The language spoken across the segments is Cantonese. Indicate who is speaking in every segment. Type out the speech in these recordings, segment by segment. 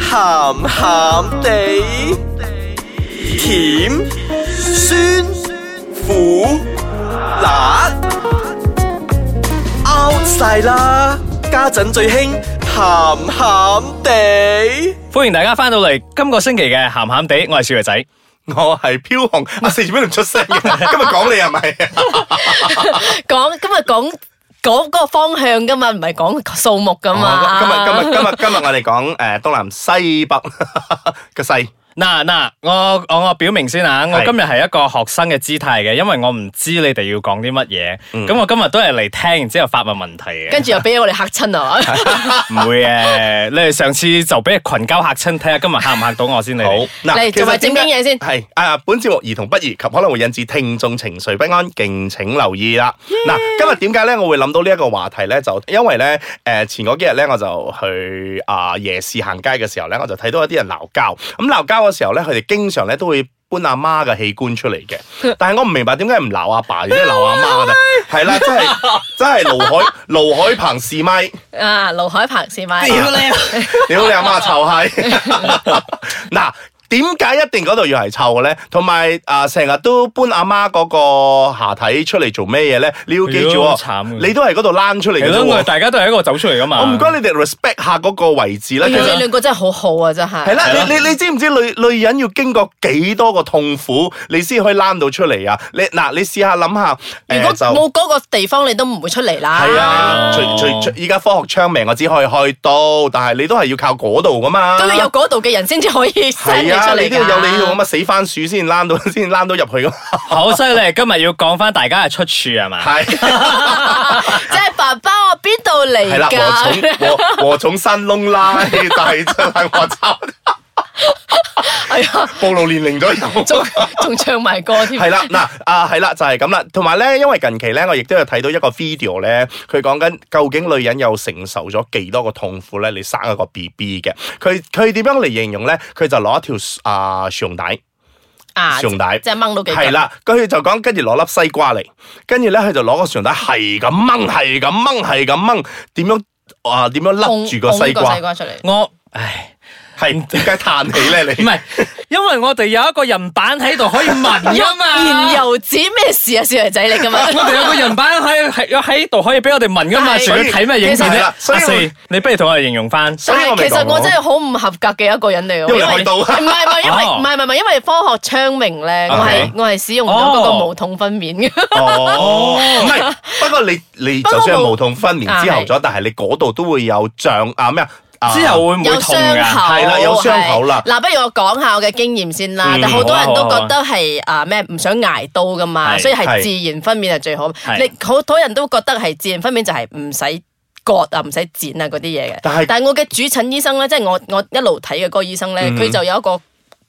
Speaker 1: 鹹鹹地，甜酸苦辣 out 晒啦！家陣最興鹹鹹地，
Speaker 2: 歡迎大家翻到嚟今個星期嘅鹹鹹地，我係小肥仔。
Speaker 3: 我係飄紅，阿四做咩唔出聲嘅？ 今日講你係咪？
Speaker 4: 講今日講講嗰個方向噶嘛，唔係講數目噶
Speaker 3: 哦
Speaker 4: 嘛。
Speaker 3: 今日今日今日今日我哋講誒東南西北 嘅西，
Speaker 2: 嗱嗱，我我我表明先啊，我
Speaker 3: 係
Speaker 2: 今日係一個學生嘅姿態嘅，因為我唔知你哋要講啲乜嘢，咁、
Speaker 3: 嗯
Speaker 2: 我今日都係嚟聽，然之後發問問題嘅
Speaker 4: 跟，住又俾我哋嚇親啊！
Speaker 2: 唔會嘅。你 哋上次就俾群交嚇親，睇下今日嚇唔嚇到我先你
Speaker 3: 好
Speaker 2: 哋。
Speaker 4: 嚟做埋正經嘢先
Speaker 3: 係啊，本節目兒童不宜及可能會引致聽眾情緒不安，敬請留意啦。嗱，今日點解咧我會諗到呢一個話題咧？就因為咧誒前嗰幾日咧我就去啊夜市行街嘅時候咧，我就睇到一啲人鬧交。咁鬧交嘅時候咧，佢哋經常咧都會搬阿媽嘅器官出嚟 嘅，但係我唔明白點解唔鬧阿爸，而係鬧阿媽嘅。係啦，真係真係盧海盧海鵬試咪。
Speaker 4: 啊，盧海鵬先買。
Speaker 3: 屌屌你阿媽臭閪！嗱，點解一定嗰度要係臭嘅咧？同埋啊，成日都搬阿媽嗰個下體出嚟做咩嘢咧？你要記住
Speaker 2: 哎喲
Speaker 3: 喎，
Speaker 2: 慘啊
Speaker 3: 你都係嗰度躝出嚟
Speaker 2: 係
Speaker 3: 嘅
Speaker 2: 咯，
Speaker 3: 啫
Speaker 2: 我哋
Speaker 3: 喎。
Speaker 2: 大家都係一個走出嚟噶嘛。
Speaker 3: 我唔該你哋 respect 下嗰個位置啦。其
Speaker 4: 哎你
Speaker 3: 實
Speaker 4: 兩個真係好好啊，真係。
Speaker 3: 係啦
Speaker 2: 係，
Speaker 3: 你你你知唔知女女人要經過幾多個痛苦，你先可以躝到出嚟啊？你嗱，你試下諗下，
Speaker 4: 如果
Speaker 3: 誒就
Speaker 4: 冇嗰個地方，你都唔會出嚟啦。
Speaker 3: 係啊，除
Speaker 2: 哦
Speaker 3: 除除依家科學昌明，我只可以開刀，但係你都係要靠嗰度噶嘛。
Speaker 4: 都要有嗰度嘅人先至可以生你
Speaker 3: 係啊，
Speaker 4: 出嚟㗎
Speaker 3: 你都要有你呢種咁嘅死番薯先躝到， 先躝到入去噶嘛。
Speaker 2: 好犀利，今日要講翻大家嘅出處係嘛？
Speaker 3: 係
Speaker 4: 即係爸爸，我邊度
Speaker 3: 係
Speaker 4: 嚟
Speaker 3: 啦，
Speaker 4: 㗎？
Speaker 3: 禾蟲禾禾蟲山窿啦， 但係真係我操，
Speaker 4: 係啊，
Speaker 3: 暴露年齡咗又
Speaker 4: 仲。仲唱埋歌添。
Speaker 3: 係啦，嗱啊，係啦，就係咁啦。同埋咧，因為近期咧，我亦都有睇到一個 video 咧，佢講緊究竟女人又承受咗幾多個痛苦咧？你生一個 B B 嘅，佢佢點樣嚟形容咧？佢就攞一條啊長帶。
Speaker 4: 啊，
Speaker 3: 上帶
Speaker 4: 即係掹到幾
Speaker 3: 係
Speaker 4: 根。
Speaker 3: 啦，佢就講，跟住攞粒西瓜嚟，跟住咧佢就攞個船帶係咁掹，係咁掹，係咁掹，點樣啊？點樣
Speaker 4: 拱
Speaker 3: 笠住個西
Speaker 4: 拱個
Speaker 3: 瓜
Speaker 4: 西？瓜出嚟。
Speaker 2: 我唉，
Speaker 3: 係點解嘆氣咧？
Speaker 2: 唔
Speaker 3: 你
Speaker 2: 係，因為我哋有一個人版喺度可以問噶哎嘛
Speaker 4: 言。由子咩事啊，少爺仔嚟㗎 嘛？
Speaker 2: 我哋有個人版喺喺喺度可以俾我哋問噶嘛，
Speaker 4: 係
Speaker 2: 除咗睇咩影
Speaker 4: 其
Speaker 2: 片
Speaker 4: 實
Speaker 2: 咧？
Speaker 3: 係
Speaker 2: 阿
Speaker 3: 啦所以我
Speaker 2: 四，你不如同我哋形容翻。
Speaker 3: 所以我
Speaker 4: 但
Speaker 3: 咪
Speaker 4: 係其實
Speaker 3: 講
Speaker 4: 我真係好唔合格嘅一個人嚟喎，
Speaker 3: 因為開刀
Speaker 4: 唔係唔係 因為
Speaker 2: 哦
Speaker 4: 唔係唔係唔係因為科學昌明咧，我
Speaker 2: OK
Speaker 4: 係我係使用咗嗰個
Speaker 2: 哦
Speaker 4: 無痛分娩嘅，
Speaker 3: 哦，唔係，不過你你
Speaker 4: 不過
Speaker 3: 就算係
Speaker 4: 冇
Speaker 3: 無痛分娩之後咗，但係你嗰度都會有脹啊咩啊啊？
Speaker 2: 之後會唔會
Speaker 4: 有
Speaker 2: 痛
Speaker 4: 傷口
Speaker 2: 㗎？
Speaker 3: 係啦有傷口啦
Speaker 4: 係嗱，不如我講下我嘅經驗先啦。
Speaker 2: 嗯
Speaker 4: 但好多人
Speaker 2: 好啊
Speaker 4: 都
Speaker 2: 好啊
Speaker 4: 覺得係啊咩唔想挨刀噶嘛，
Speaker 2: 係
Speaker 4: 所以係
Speaker 3: 係
Speaker 4: 自然分娩係最好。
Speaker 2: 係
Speaker 4: 你好多人都覺得係自然分娩就係唔使。割啊，唔使剪啊，嗰啲嘢嘅。
Speaker 3: 但係
Speaker 4: 但係我嘅主診醫生咧，即係我我一路睇嘅嗰個醫生咧，佢、就有一個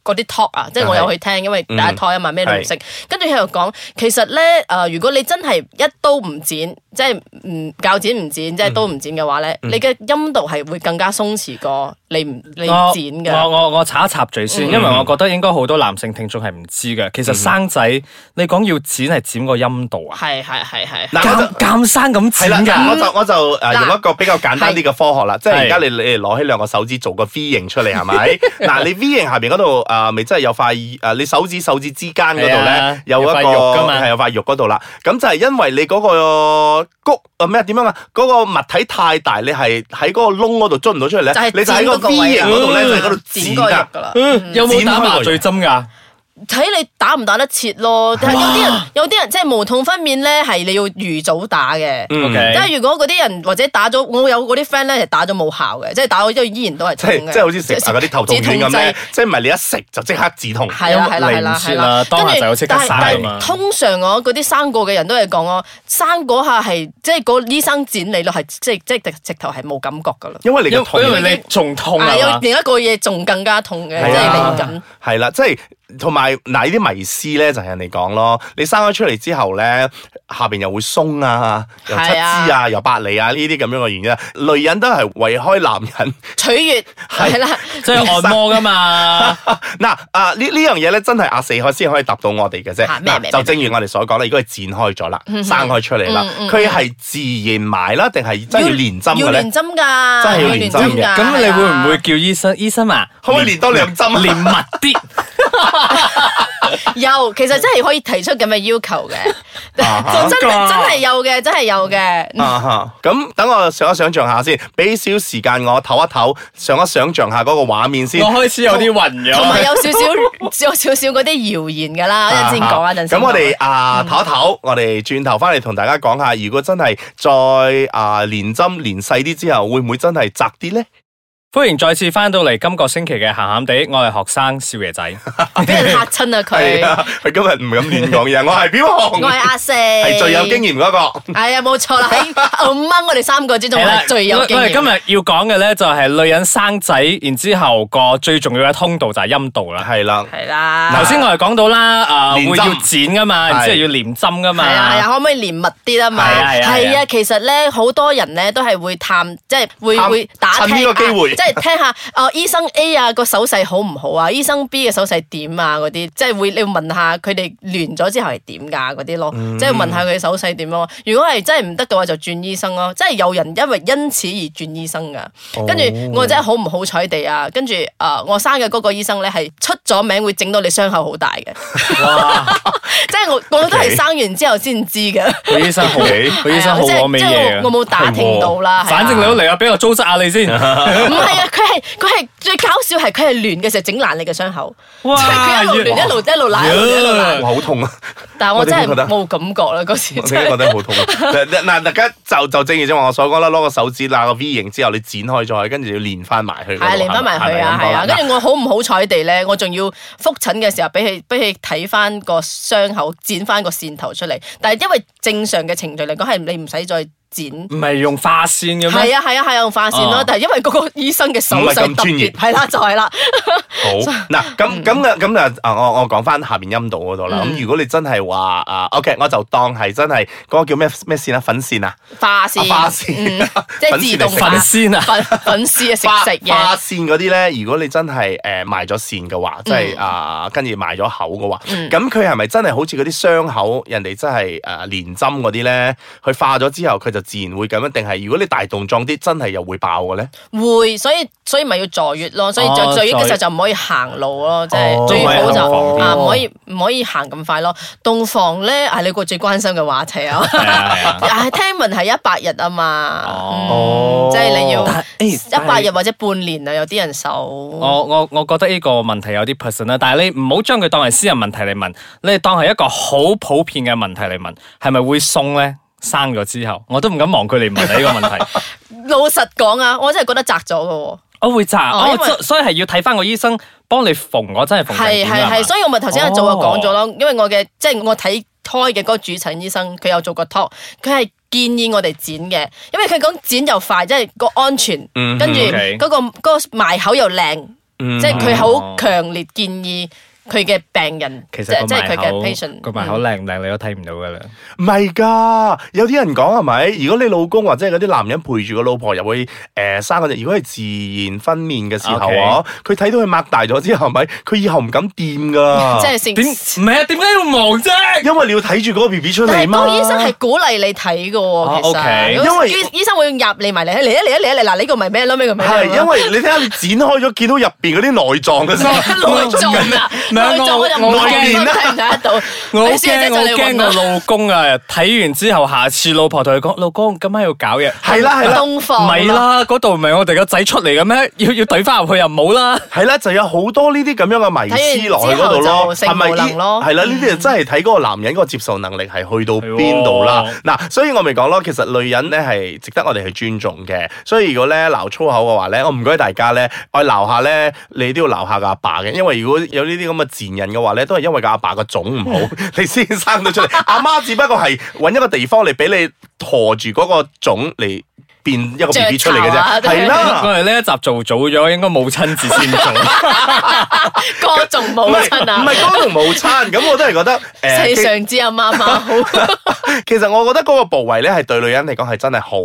Speaker 4: 嗰啲 talk 啊，即係我有去聽，因為第一胎啊嘛，咩都唔識。跟住佢又講，其實咧誒、呃如果你真係一刀唔剪，即係唔鉸剪唔剪，即
Speaker 3: 嗯
Speaker 4: 係刀唔剪嘅話咧，你嘅陰道係會更加鬆弛過你唔你
Speaker 2: 我
Speaker 4: 剪
Speaker 2: 我
Speaker 4: 嘅。
Speaker 2: 我我插一插嘴
Speaker 3: 嗯
Speaker 2: 先，因為我覺得應該好多男性聽眾係唔知嘅。其實生仔，你講要剪係剪個陰道啊，
Speaker 4: 係係係係。
Speaker 3: 嗱我就
Speaker 2: 監監生咁
Speaker 3: 係
Speaker 2: 剪㗎。
Speaker 3: 啦，我就我就誒
Speaker 4: 嗱
Speaker 3: 用一個比較簡單啲嘅科學啦，即係
Speaker 2: 係
Speaker 3: 而家你你攞起兩個手指做個 V 型出 嚟係咪？嗱，你 V 型下邊嗰度誒，咪真係有塊啊誒，你手指手指之間嗰度
Speaker 2: 係啊
Speaker 3: 咧有一個
Speaker 2: 有塊肉㗎嘛
Speaker 3: 係有塊肉嗰度啦。咁就係因為你嗰個谷啊咩點樣啊，嗰個物體太大，你係喺嗰個窿嗰度捽唔到出嚟咧
Speaker 4: 就係，
Speaker 3: 你就喺
Speaker 4: 剪嗰個
Speaker 3: 個
Speaker 4: 位
Speaker 3: V 型嗰度咧
Speaker 2: 嗯
Speaker 3: 就喺嗰度
Speaker 4: 剪
Speaker 3: 剪
Speaker 4: 過肉
Speaker 3: 㗎。
Speaker 4: 噶啦，
Speaker 2: 嗯有冇打麻醉針㗎？
Speaker 4: 睇你打唔打得切咯。但係有啲人有啲人即係無痛分娩咧，係你要預早打嘅。
Speaker 3: 嗯
Speaker 2: OK
Speaker 4: 即係如果嗰啲人或者打咗，我有嗰啲 friend 咧係打咗冇效嘅，即係打咗之後依然都係
Speaker 3: 即
Speaker 4: 痛
Speaker 3: 係
Speaker 4: 嘅。
Speaker 3: 即係好似食啊嗰啲頭痛丸咁咧
Speaker 4: 止，
Speaker 3: 即係唔係你一食就即刻止痛？
Speaker 4: 係啦係啦係
Speaker 2: 嚟唔
Speaker 4: 啦
Speaker 3: 啊
Speaker 2: 切
Speaker 4: 係
Speaker 2: 啦
Speaker 4: 啦，
Speaker 2: 當下
Speaker 4: 跟住
Speaker 2: 就有即刻
Speaker 4: 但係
Speaker 2: 生
Speaker 4: 但係
Speaker 2: 啊嘛
Speaker 4: 通常我嗰啲生過嘅人都係講我生嗰下係即係嗰醫生剪你咯，係即係即係直直頭係冇感覺噶啦。
Speaker 3: 因為你
Speaker 2: 因
Speaker 3: 嘅痛
Speaker 2: 因為你仲痛
Speaker 4: 啊，
Speaker 2: 係
Speaker 4: 有
Speaker 2: 嘛？
Speaker 4: 另一個嘢仲更加痛嘅，
Speaker 3: 係
Speaker 4: 即係
Speaker 3: 啊
Speaker 4: 嚟緊。
Speaker 3: 係啦，即係同埋嗱，呢啲迷思咧就係人哋講咯，你生咗出嚟之後咧，下邊又會鬆啊，又七
Speaker 4: 係啊
Speaker 3: 枝啊，又八厘啊，呢啲咁樣嘅原因，女人都係為開男人。
Speaker 4: 取悦
Speaker 3: 係
Speaker 4: 係啦，
Speaker 2: 即係按摩噶嘛。
Speaker 3: 嗱啊呢呢樣嘢咧，真係壓四開先可以答到我哋嘅啫。
Speaker 4: 嚇咩
Speaker 3: 嗱
Speaker 4: 咩
Speaker 3: 就
Speaker 4: 咩
Speaker 3: 正如我哋所講啦，如果係剪開咗啦，生開出嚟啦
Speaker 4: 嗯，嗯
Speaker 3: 佢係自然埋啦，定係真係要連針嘅
Speaker 4: 要
Speaker 3: 咧
Speaker 4: 連？針 㗎，
Speaker 3: 真係要
Speaker 4: 要
Speaker 3: 連
Speaker 4: 連
Speaker 3: 針
Speaker 4: 針㗎。
Speaker 2: 咁你
Speaker 4: 係啊
Speaker 2: 會唔會叫醫生？醫生啊，
Speaker 3: 可唔可以連多兩針啊
Speaker 2: 連密啲，
Speaker 4: 有，其實真係可以提出咁嘅要求 嘅，
Speaker 3: 啊哈
Speaker 4: 真真真係有嘅，真係有嘅。
Speaker 3: 啊哈！咁等我想一想象下先，俾少時間我唞一唞，想一想象下嗰個畫面先。
Speaker 2: 我開始有啲暈
Speaker 4: 同埋
Speaker 2: 咗。
Speaker 4: 有少少 有少少嗰啲謠言㗎啦，一陣先講啊，一嗯陣先
Speaker 3: 咁
Speaker 4: 講。
Speaker 3: 我哋啊唞一唞，我哋轉頭翻嚟同大家講下，如果真係再啊連針連細啲之後，會唔會真係窄啲咧？
Speaker 2: 歡迎再次翻到嚟今個星期嘅鹹鹹地，我係學生少 爺仔。
Speaker 4: 俾人嚇親
Speaker 3: 係
Speaker 4: 啊佢，
Speaker 3: 啊，佢今日唔敢亂講 嘢，我係表
Speaker 4: 我係
Speaker 3: 紅，
Speaker 4: 阿四，
Speaker 3: 係
Speaker 4: 係
Speaker 3: 最有經。驗嗰個。
Speaker 4: 係啊，冇錯啦，喺五蚊我哋三個之中，我係最有經
Speaker 2: 我哋
Speaker 4: 驗。
Speaker 2: 今日要講嘅咧就係女人生仔，然之後個最重要嘅通道就係陰道啦。
Speaker 3: 係 啦，
Speaker 4: 係啦，
Speaker 2: 頭先我哋講到啦，
Speaker 3: 連
Speaker 2: 誒會
Speaker 3: 針
Speaker 2: 要剪噶嘛，
Speaker 3: 係
Speaker 2: 然之後要連針噶嘛。
Speaker 4: 係啊，係啊，可唔可以連密啲啊嘛？
Speaker 2: 係啊係啊係
Speaker 4: 係
Speaker 2: 啊
Speaker 4: 啊，其實咧好多人咧都係會探，即係會
Speaker 3: 探
Speaker 4: 會打
Speaker 3: 趁呢個
Speaker 4: 聽
Speaker 3: 機會
Speaker 4: 啊即係聽下哦，醫生 A 啊個手勢好唔好啊？醫生 B 嘅手勢點啊？嗰啲即係會你要問下佢哋亂咗之後係點㗎嗰啲咯，即係問下佢手勢點咯。如果係真係唔得嘅話，就轉醫生咯。即係有人因為因此而轉醫生㗎。跟住我真係好唔好彩地啊！跟住啊，我生嘅嗰個醫生咧係出咗名會整到你傷口好大嘅，即係我我都
Speaker 3: Okay
Speaker 4: 係生完之後先知嘅。
Speaker 2: 個醫生好，個醫生好
Speaker 4: 係啊
Speaker 2: 我味
Speaker 4: 即係即
Speaker 2: 嘢
Speaker 4: 係
Speaker 2: 嘅。
Speaker 4: 我我冇打聽到啦。係啊
Speaker 2: 反正你都嚟啦，俾我糟質下你先。
Speaker 4: 唔係啊，佢係佢係最搞笑係佢係亂嘅時候整爛你嘅傷口，
Speaker 2: 哇
Speaker 3: 啊
Speaker 4: 即係 佢一路亂一路一路爛一路一路爛。
Speaker 3: 哇，好痛啊！
Speaker 4: 但係我真
Speaker 3: 我點解覺得
Speaker 4: 係冇感覺啦嗰時
Speaker 3: 我
Speaker 4: 真
Speaker 3: 而家覺
Speaker 4: 係
Speaker 3: 得好痛 啊！嗱嗱，大家就就正如正話我所講啦，攞個手指揦個 V 型之後，你剪開咗，跟住要連翻埋去嗰度。
Speaker 4: 係啊，連翻埋
Speaker 3: 係
Speaker 4: 佢
Speaker 3: 咪
Speaker 4: 啊，
Speaker 3: 係咪咁講
Speaker 4: 係啊，
Speaker 3: 啦
Speaker 4: 跟住我好唔好彩地咧，我仲要復診嘅時候，俾佢俾佢睇翻個傷口，剪翻個線頭出嚟。但係因為正常嘅程序嚟講，係你唔使再剪。
Speaker 2: 唔係用化線嘅咩？
Speaker 4: 係啊係啊係啊，用化線
Speaker 2: 哦
Speaker 4: 咯。但係因為嗰個醫生嘅手
Speaker 3: 唔係咁
Speaker 4: 勢特
Speaker 3: 專業
Speaker 4: 別，係啦就係啦。
Speaker 3: 好嗱，咁
Speaker 4: 嗯
Speaker 3: 咁啊，咁啊，啊我我講翻下面陰道嗰度啦。咁如果你真係話啊，OK，我就當係真係嗰個叫咩咩線啊，粉線啊，
Speaker 4: 化線，
Speaker 3: 啊化線
Speaker 4: 嗯即係自動
Speaker 2: 粉
Speaker 4: 化
Speaker 2: 線 啊！
Speaker 4: 粉粉絲啊，
Speaker 3: 花
Speaker 4: 食食
Speaker 3: 花
Speaker 4: 嘢，
Speaker 3: 線嗰啲咧，如果你真係誒埋咗線嘅
Speaker 4: 嗯
Speaker 3: 話，即係啊跟住埋咗口嘅話，咁佢係咪真係好似嗰啲傷口，人哋真係誒連針嗰啲咧，佢化咗之後佢就自然會咁樣？定係如果你大動作啲，真係又會爆嘅 咧？
Speaker 4: 會，所以所以咪要坐月咯，所以
Speaker 2: 哦
Speaker 4: 坐坐月嘅時
Speaker 2: 坐月
Speaker 4: 候就唔可以行路咯，即
Speaker 3: 哦
Speaker 4: 係最好
Speaker 2: 都
Speaker 4: 就
Speaker 2: 係
Speaker 4: 啊
Speaker 2: 行
Speaker 4: 唔可以唔可以行咁快咯。洞房咧係你個最關心嘅話題啊，
Speaker 2: 係 啊係啊
Speaker 4: 係聽聞係一百日啊嘛，
Speaker 2: 哦
Speaker 4: 嗯即係你要
Speaker 2: 但誒但
Speaker 4: 一百日或者半年啊，有啲人手。
Speaker 2: 我我我覺得呢個問題有啲 personal，但係你唔好將佢當係私人問題嚟問，你當係一個好普遍嘅問題嚟問，係咪會鬆咧？生咗之後，我都唔敢望佢嚟問你呢個問題。
Speaker 4: 老實講啊，我真係覺得窄咗嘅喎。
Speaker 2: 我會扎，
Speaker 4: 哦
Speaker 2: 哦
Speaker 4: 因為
Speaker 2: 所所以係要睇翻個醫生幫你縫，我真係縫成
Speaker 4: 係
Speaker 2: 點
Speaker 4: 係
Speaker 2: 啊
Speaker 4: 係，所以我咪頭先阿早啊
Speaker 2: 哦
Speaker 4: 講咗咯，因為我嘅即係我睇開嘅嗰個主診醫生，佢有做過 talk，佢係建議我哋剪嘅，因為佢講剪又快，即係個安全，
Speaker 3: 嗯
Speaker 4: 跟住
Speaker 2: OK 嗯哦
Speaker 4: 嗰個嗰個埋口又靚，即係佢好強烈建議佢嘅病人，即
Speaker 2: 其
Speaker 4: 係
Speaker 2: 實
Speaker 4: 即
Speaker 2: 個
Speaker 4: 係佢
Speaker 2: 埋
Speaker 4: 嘅
Speaker 2: 口
Speaker 4: patient
Speaker 2: 個埋口
Speaker 4: 嗯
Speaker 2: 靚唔靚你都睇唔到噶啦。
Speaker 3: 唔係㗎，有啲人講係咪？如果你老公或者係嗰啲男人陪住個老婆入去誒、呃生嗰陣，如果係自然分娩嘅時候
Speaker 2: OK
Speaker 3: 啊，佢睇到佢擘大咗之後，係咪佢以後唔敢掂㗎？
Speaker 4: 即係先
Speaker 2: 點唔係啊？點解要望啫？
Speaker 3: 因為你要睇住嗰個 B B 出
Speaker 4: 但
Speaker 3: 嚟
Speaker 4: 係
Speaker 3: 嘛。
Speaker 4: 個醫生係鼓勵你睇嘅
Speaker 2: 啊哦
Speaker 4: 喎，其
Speaker 2: OK
Speaker 4: 實如果
Speaker 3: 因為
Speaker 4: 醫醫生會入你埋嚟，嚟啊嚟啊嚟啊嚟，嗱呢個咪咩咯，呢個咪
Speaker 3: 係
Speaker 4: 咩咯
Speaker 3: 因為你睇下你剪開咗，見到入邊嗰啲內臟嘅 時
Speaker 2: 啊
Speaker 3: 候，
Speaker 4: 內臟啊，
Speaker 2: 唔係
Speaker 4: 內臟我就唔
Speaker 2: 我
Speaker 4: 睇
Speaker 3: 我
Speaker 4: 得睇唔睇得到。
Speaker 2: 我好
Speaker 4: 你小
Speaker 2: 驚，
Speaker 4: 姐就
Speaker 2: 我好
Speaker 4: 嚟
Speaker 2: 驚
Speaker 4: 搵啦
Speaker 2: 我老公啊！睇完之後，下次老婆同佢講：老公，今晚要搞嘢。
Speaker 3: 係啦係啦
Speaker 4: 東房
Speaker 2: 咪，啦，嗰度唔係我哋個仔出嚟嘅咩？要要懟翻入去又冇啦。
Speaker 3: 係啦，就有好多呢啲咁樣嘅迷思落去嗰度咯，
Speaker 4: 睇完之後就
Speaker 3: 係咪？
Speaker 4: 性無能咯嗯
Speaker 3: 係啦，呢啲就真係睇嗰個男人個接受能力係去到邊度啦。嗱，所以我咪講咯，其實女人咧係值得我哋去尊重嘅。所以如果咧鬧粗口嘅話咧，我唔該大家咧，我鬧下咧，你都要鬧下個阿爸嘅，因為如果有呢啲咁嘅賤人嘅話咧，都係因為個阿爸個種唔好，
Speaker 4: 嗯
Speaker 3: 你先生到出嚟。阿媽只不過係揾一個地方嚟俾你陀住嗰個種嚟。變一個 B
Speaker 4: 雀
Speaker 3: B 出嚟嘅
Speaker 4: 巢啊
Speaker 3: 啫，係啦。
Speaker 2: 我哋呢一集做早咗，應該母親節先 做。
Speaker 3: 哦
Speaker 4: 歌仲冇
Speaker 3: 唔
Speaker 4: 親
Speaker 3: 係唔
Speaker 4: 啊，
Speaker 3: 係哥同母親，咁我都係覺得
Speaker 4: 世
Speaker 3: 誒，
Speaker 4: 上只有媽媽 好。
Speaker 3: 其實我覺得嗰個部位咧係對女人嚟講係真係好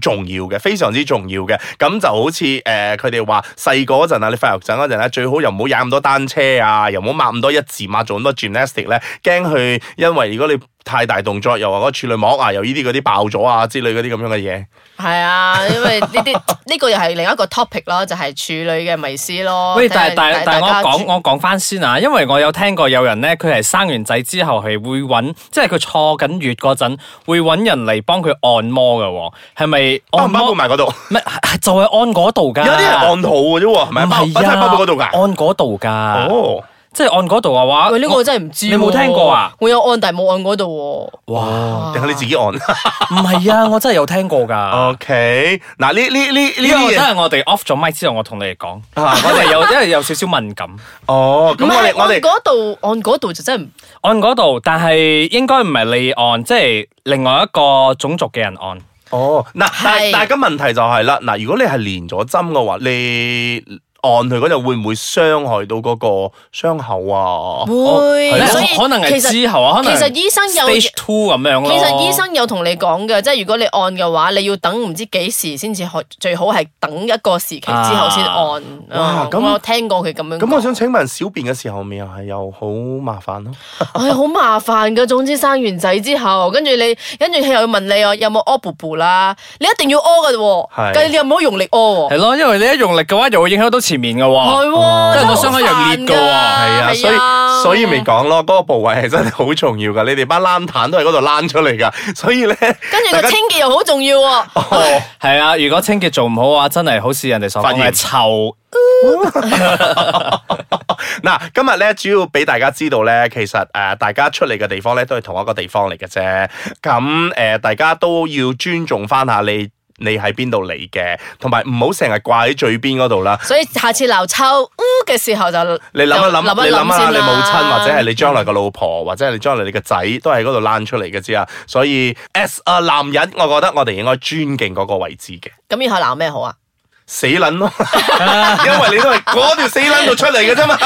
Speaker 3: 重要嘅，非常之重要嘅。咁就好似誒佢哋話細個嗰陣啊，你發育陣嗰陣咧，最好又唔好踩咁多單車啊，又唔好抹咁多一字馬，做咁多 gymnastic 咧，驚佢因為如果你太大動作，又話嗰個處女膜啊，又呢啲嗰啲爆咗啊之類嗰啲咁樣嘅嘢。
Speaker 4: 係啊，因為呢啲呢個又係另一個 topic 咯，就係處女嘅迷思咯。
Speaker 2: 喂，
Speaker 4: 即係
Speaker 2: 但係但係
Speaker 4: 大
Speaker 2: 但係我
Speaker 4: 家
Speaker 2: 講我講翻先啊，因為我有聽過有人咧，佢係生完仔之後係會揾，即係佢坐緊月嗰陣會揾人嚟幫佢按摩嘅喎，係咪
Speaker 3: 包
Speaker 2: 按
Speaker 3: 唔包
Speaker 2: 摩？
Speaker 3: 括埋嗰度？
Speaker 2: 咩係就係按嗰度㗎？
Speaker 3: 啊哦有 啲人按肚嘅啫喎，係咪？包
Speaker 2: 唔
Speaker 3: 真
Speaker 2: 係
Speaker 3: 係
Speaker 2: 啊，
Speaker 3: 包括嗰度㗎。
Speaker 2: 按嗰度㗎，
Speaker 3: 哦，
Speaker 2: 即係按嗰度嘅話，
Speaker 4: 喂，呢個我真係唔知喎。
Speaker 2: 你冇聽過啊
Speaker 4: 我有按，但係冇按嗰度喎。
Speaker 2: 哇，
Speaker 3: 定係 你自己按
Speaker 2: 唔係啊，我真係有聽過㗎。
Speaker 3: 哦 ？OK，嗱呢呢呢
Speaker 2: 呢
Speaker 3: 呢
Speaker 2: 個
Speaker 3: 啲
Speaker 2: 真
Speaker 3: 嘢
Speaker 2: 係我哋 off 咗麥之後，我同你哋講，
Speaker 3: 啊
Speaker 2: 我哋有因 為有少少敏感，
Speaker 3: 哦，咁
Speaker 4: 唔係
Speaker 3: 我哋我
Speaker 4: 按
Speaker 3: 哋。
Speaker 4: 嗰度按嗰度就真係唔
Speaker 2: 按嗰度，但係應該唔係你按，即係另外一個種族嘅人按。
Speaker 3: 哦，嗱，但係
Speaker 4: 係
Speaker 3: 但係個問題就係、啦，嗱，如果你係連咗針嘅話，你按佢嗰陣會唔會傷害到嗰個傷口啊？
Speaker 4: 會
Speaker 2: 咧，
Speaker 4: 所以
Speaker 2: 可能哦係
Speaker 4: 其實
Speaker 2: 之後啊，可能
Speaker 4: 其實醫生有
Speaker 2: stage two 咁
Speaker 3: 哦
Speaker 2: 樣咯。
Speaker 4: 其實醫生有同你講嘅，即係如果你按嘅話，你要等唔知幾時先至可，最好係等一個時期之後先按。
Speaker 3: 啊哇
Speaker 4: 嗯
Speaker 3: 咁
Speaker 4: 我有聽過佢咁樣講。
Speaker 3: 咁我想請問小便嘅時候咪又係又好麻煩咯？
Speaker 4: 唉，哎好麻煩噶。總之生完仔之後，跟住你，跟住佢又要問你哦，有冇屙布布啦？你一定要屙噶
Speaker 3: 係
Speaker 4: 喎，但係你又唔好用力屙喎
Speaker 2: 係。咯，因為你一用力嘅話，又會影響到前面嘅喎。
Speaker 4: 係喎，
Speaker 2: 跟住個
Speaker 4: 真係好
Speaker 2: 傷口又裂㗎
Speaker 4: 煩㗎
Speaker 2: 喎
Speaker 3: 哦係啊，所以所以咪講咯，嗰、個部位係真係好重要噶。你哋班冷淡都係嗰度躝出嚟噶，所以咧，
Speaker 4: 跟住
Speaker 3: 大
Speaker 4: 個
Speaker 3: 家
Speaker 4: 清潔又好重要喎。
Speaker 3: 哦，
Speaker 2: 係啊，如果清潔做唔好嘅話，真係好似人哋所
Speaker 3: 發
Speaker 2: 講
Speaker 3: 炎
Speaker 2: 嘅 臭。
Speaker 3: 嗱，今日咧主要俾大家知道咧，其實誒、呃大家出嚟嘅地方咧都係同一個地方嚟嘅啫。咁誒、呃大家都要尊重翻下你你喺邊度嚟嘅，同埋唔好成日掛喺嘴邊嗰度啦。
Speaker 4: 所以下次鬧臭烏嘅時候就
Speaker 3: 你諗一諗，
Speaker 4: 諗
Speaker 3: 你
Speaker 4: 一
Speaker 3: 諗
Speaker 4: 諗
Speaker 3: 下
Speaker 4: 先
Speaker 3: 你母親
Speaker 4: 啦
Speaker 3: 或者係你將來嘅老婆，或者係你將來你嘅仔，都係嗰度躝出嚟嘅之啊。所以 as a 男人，我覺得我哋應該尊敬嗰個位置嘅。
Speaker 4: 咁，然後鬧咩好啊？
Speaker 3: 死撚 咯， 因為你都係嗰條死撚度出嚟嘅啫嘛。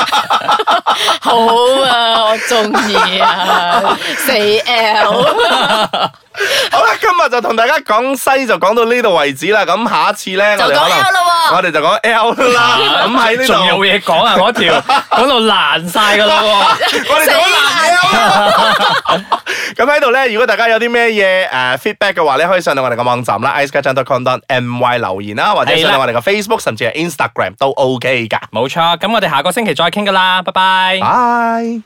Speaker 4: 好啊，我中意啊， 死 L。
Speaker 3: 好啦，今日就同大家講西就講到呢度為止啦。咁下一次咧，
Speaker 4: 就
Speaker 3: 我哋可
Speaker 4: 講
Speaker 3: 能我
Speaker 4: L 啦喎
Speaker 3: 哋就講 L 啦。 咁喺呢
Speaker 2: 仲有
Speaker 3: 度，
Speaker 2: 嘢講啊！嗰條嗰度爛晒㗎 啦喎。
Speaker 3: 我哋就講男 L 啦。 咁喺度咧，如果大家有啲咩嘢誒 feedback 嘅話咧，可以上到我哋嘅網站啦 iceketchup.com.my 留言啦，或者上到我哋嘅 Facebook 甚至係 Instagram 都 OK 噶。
Speaker 2: 冇錯，咁我哋下個星期再傾㗎啦，拜拜。
Speaker 3: 拜。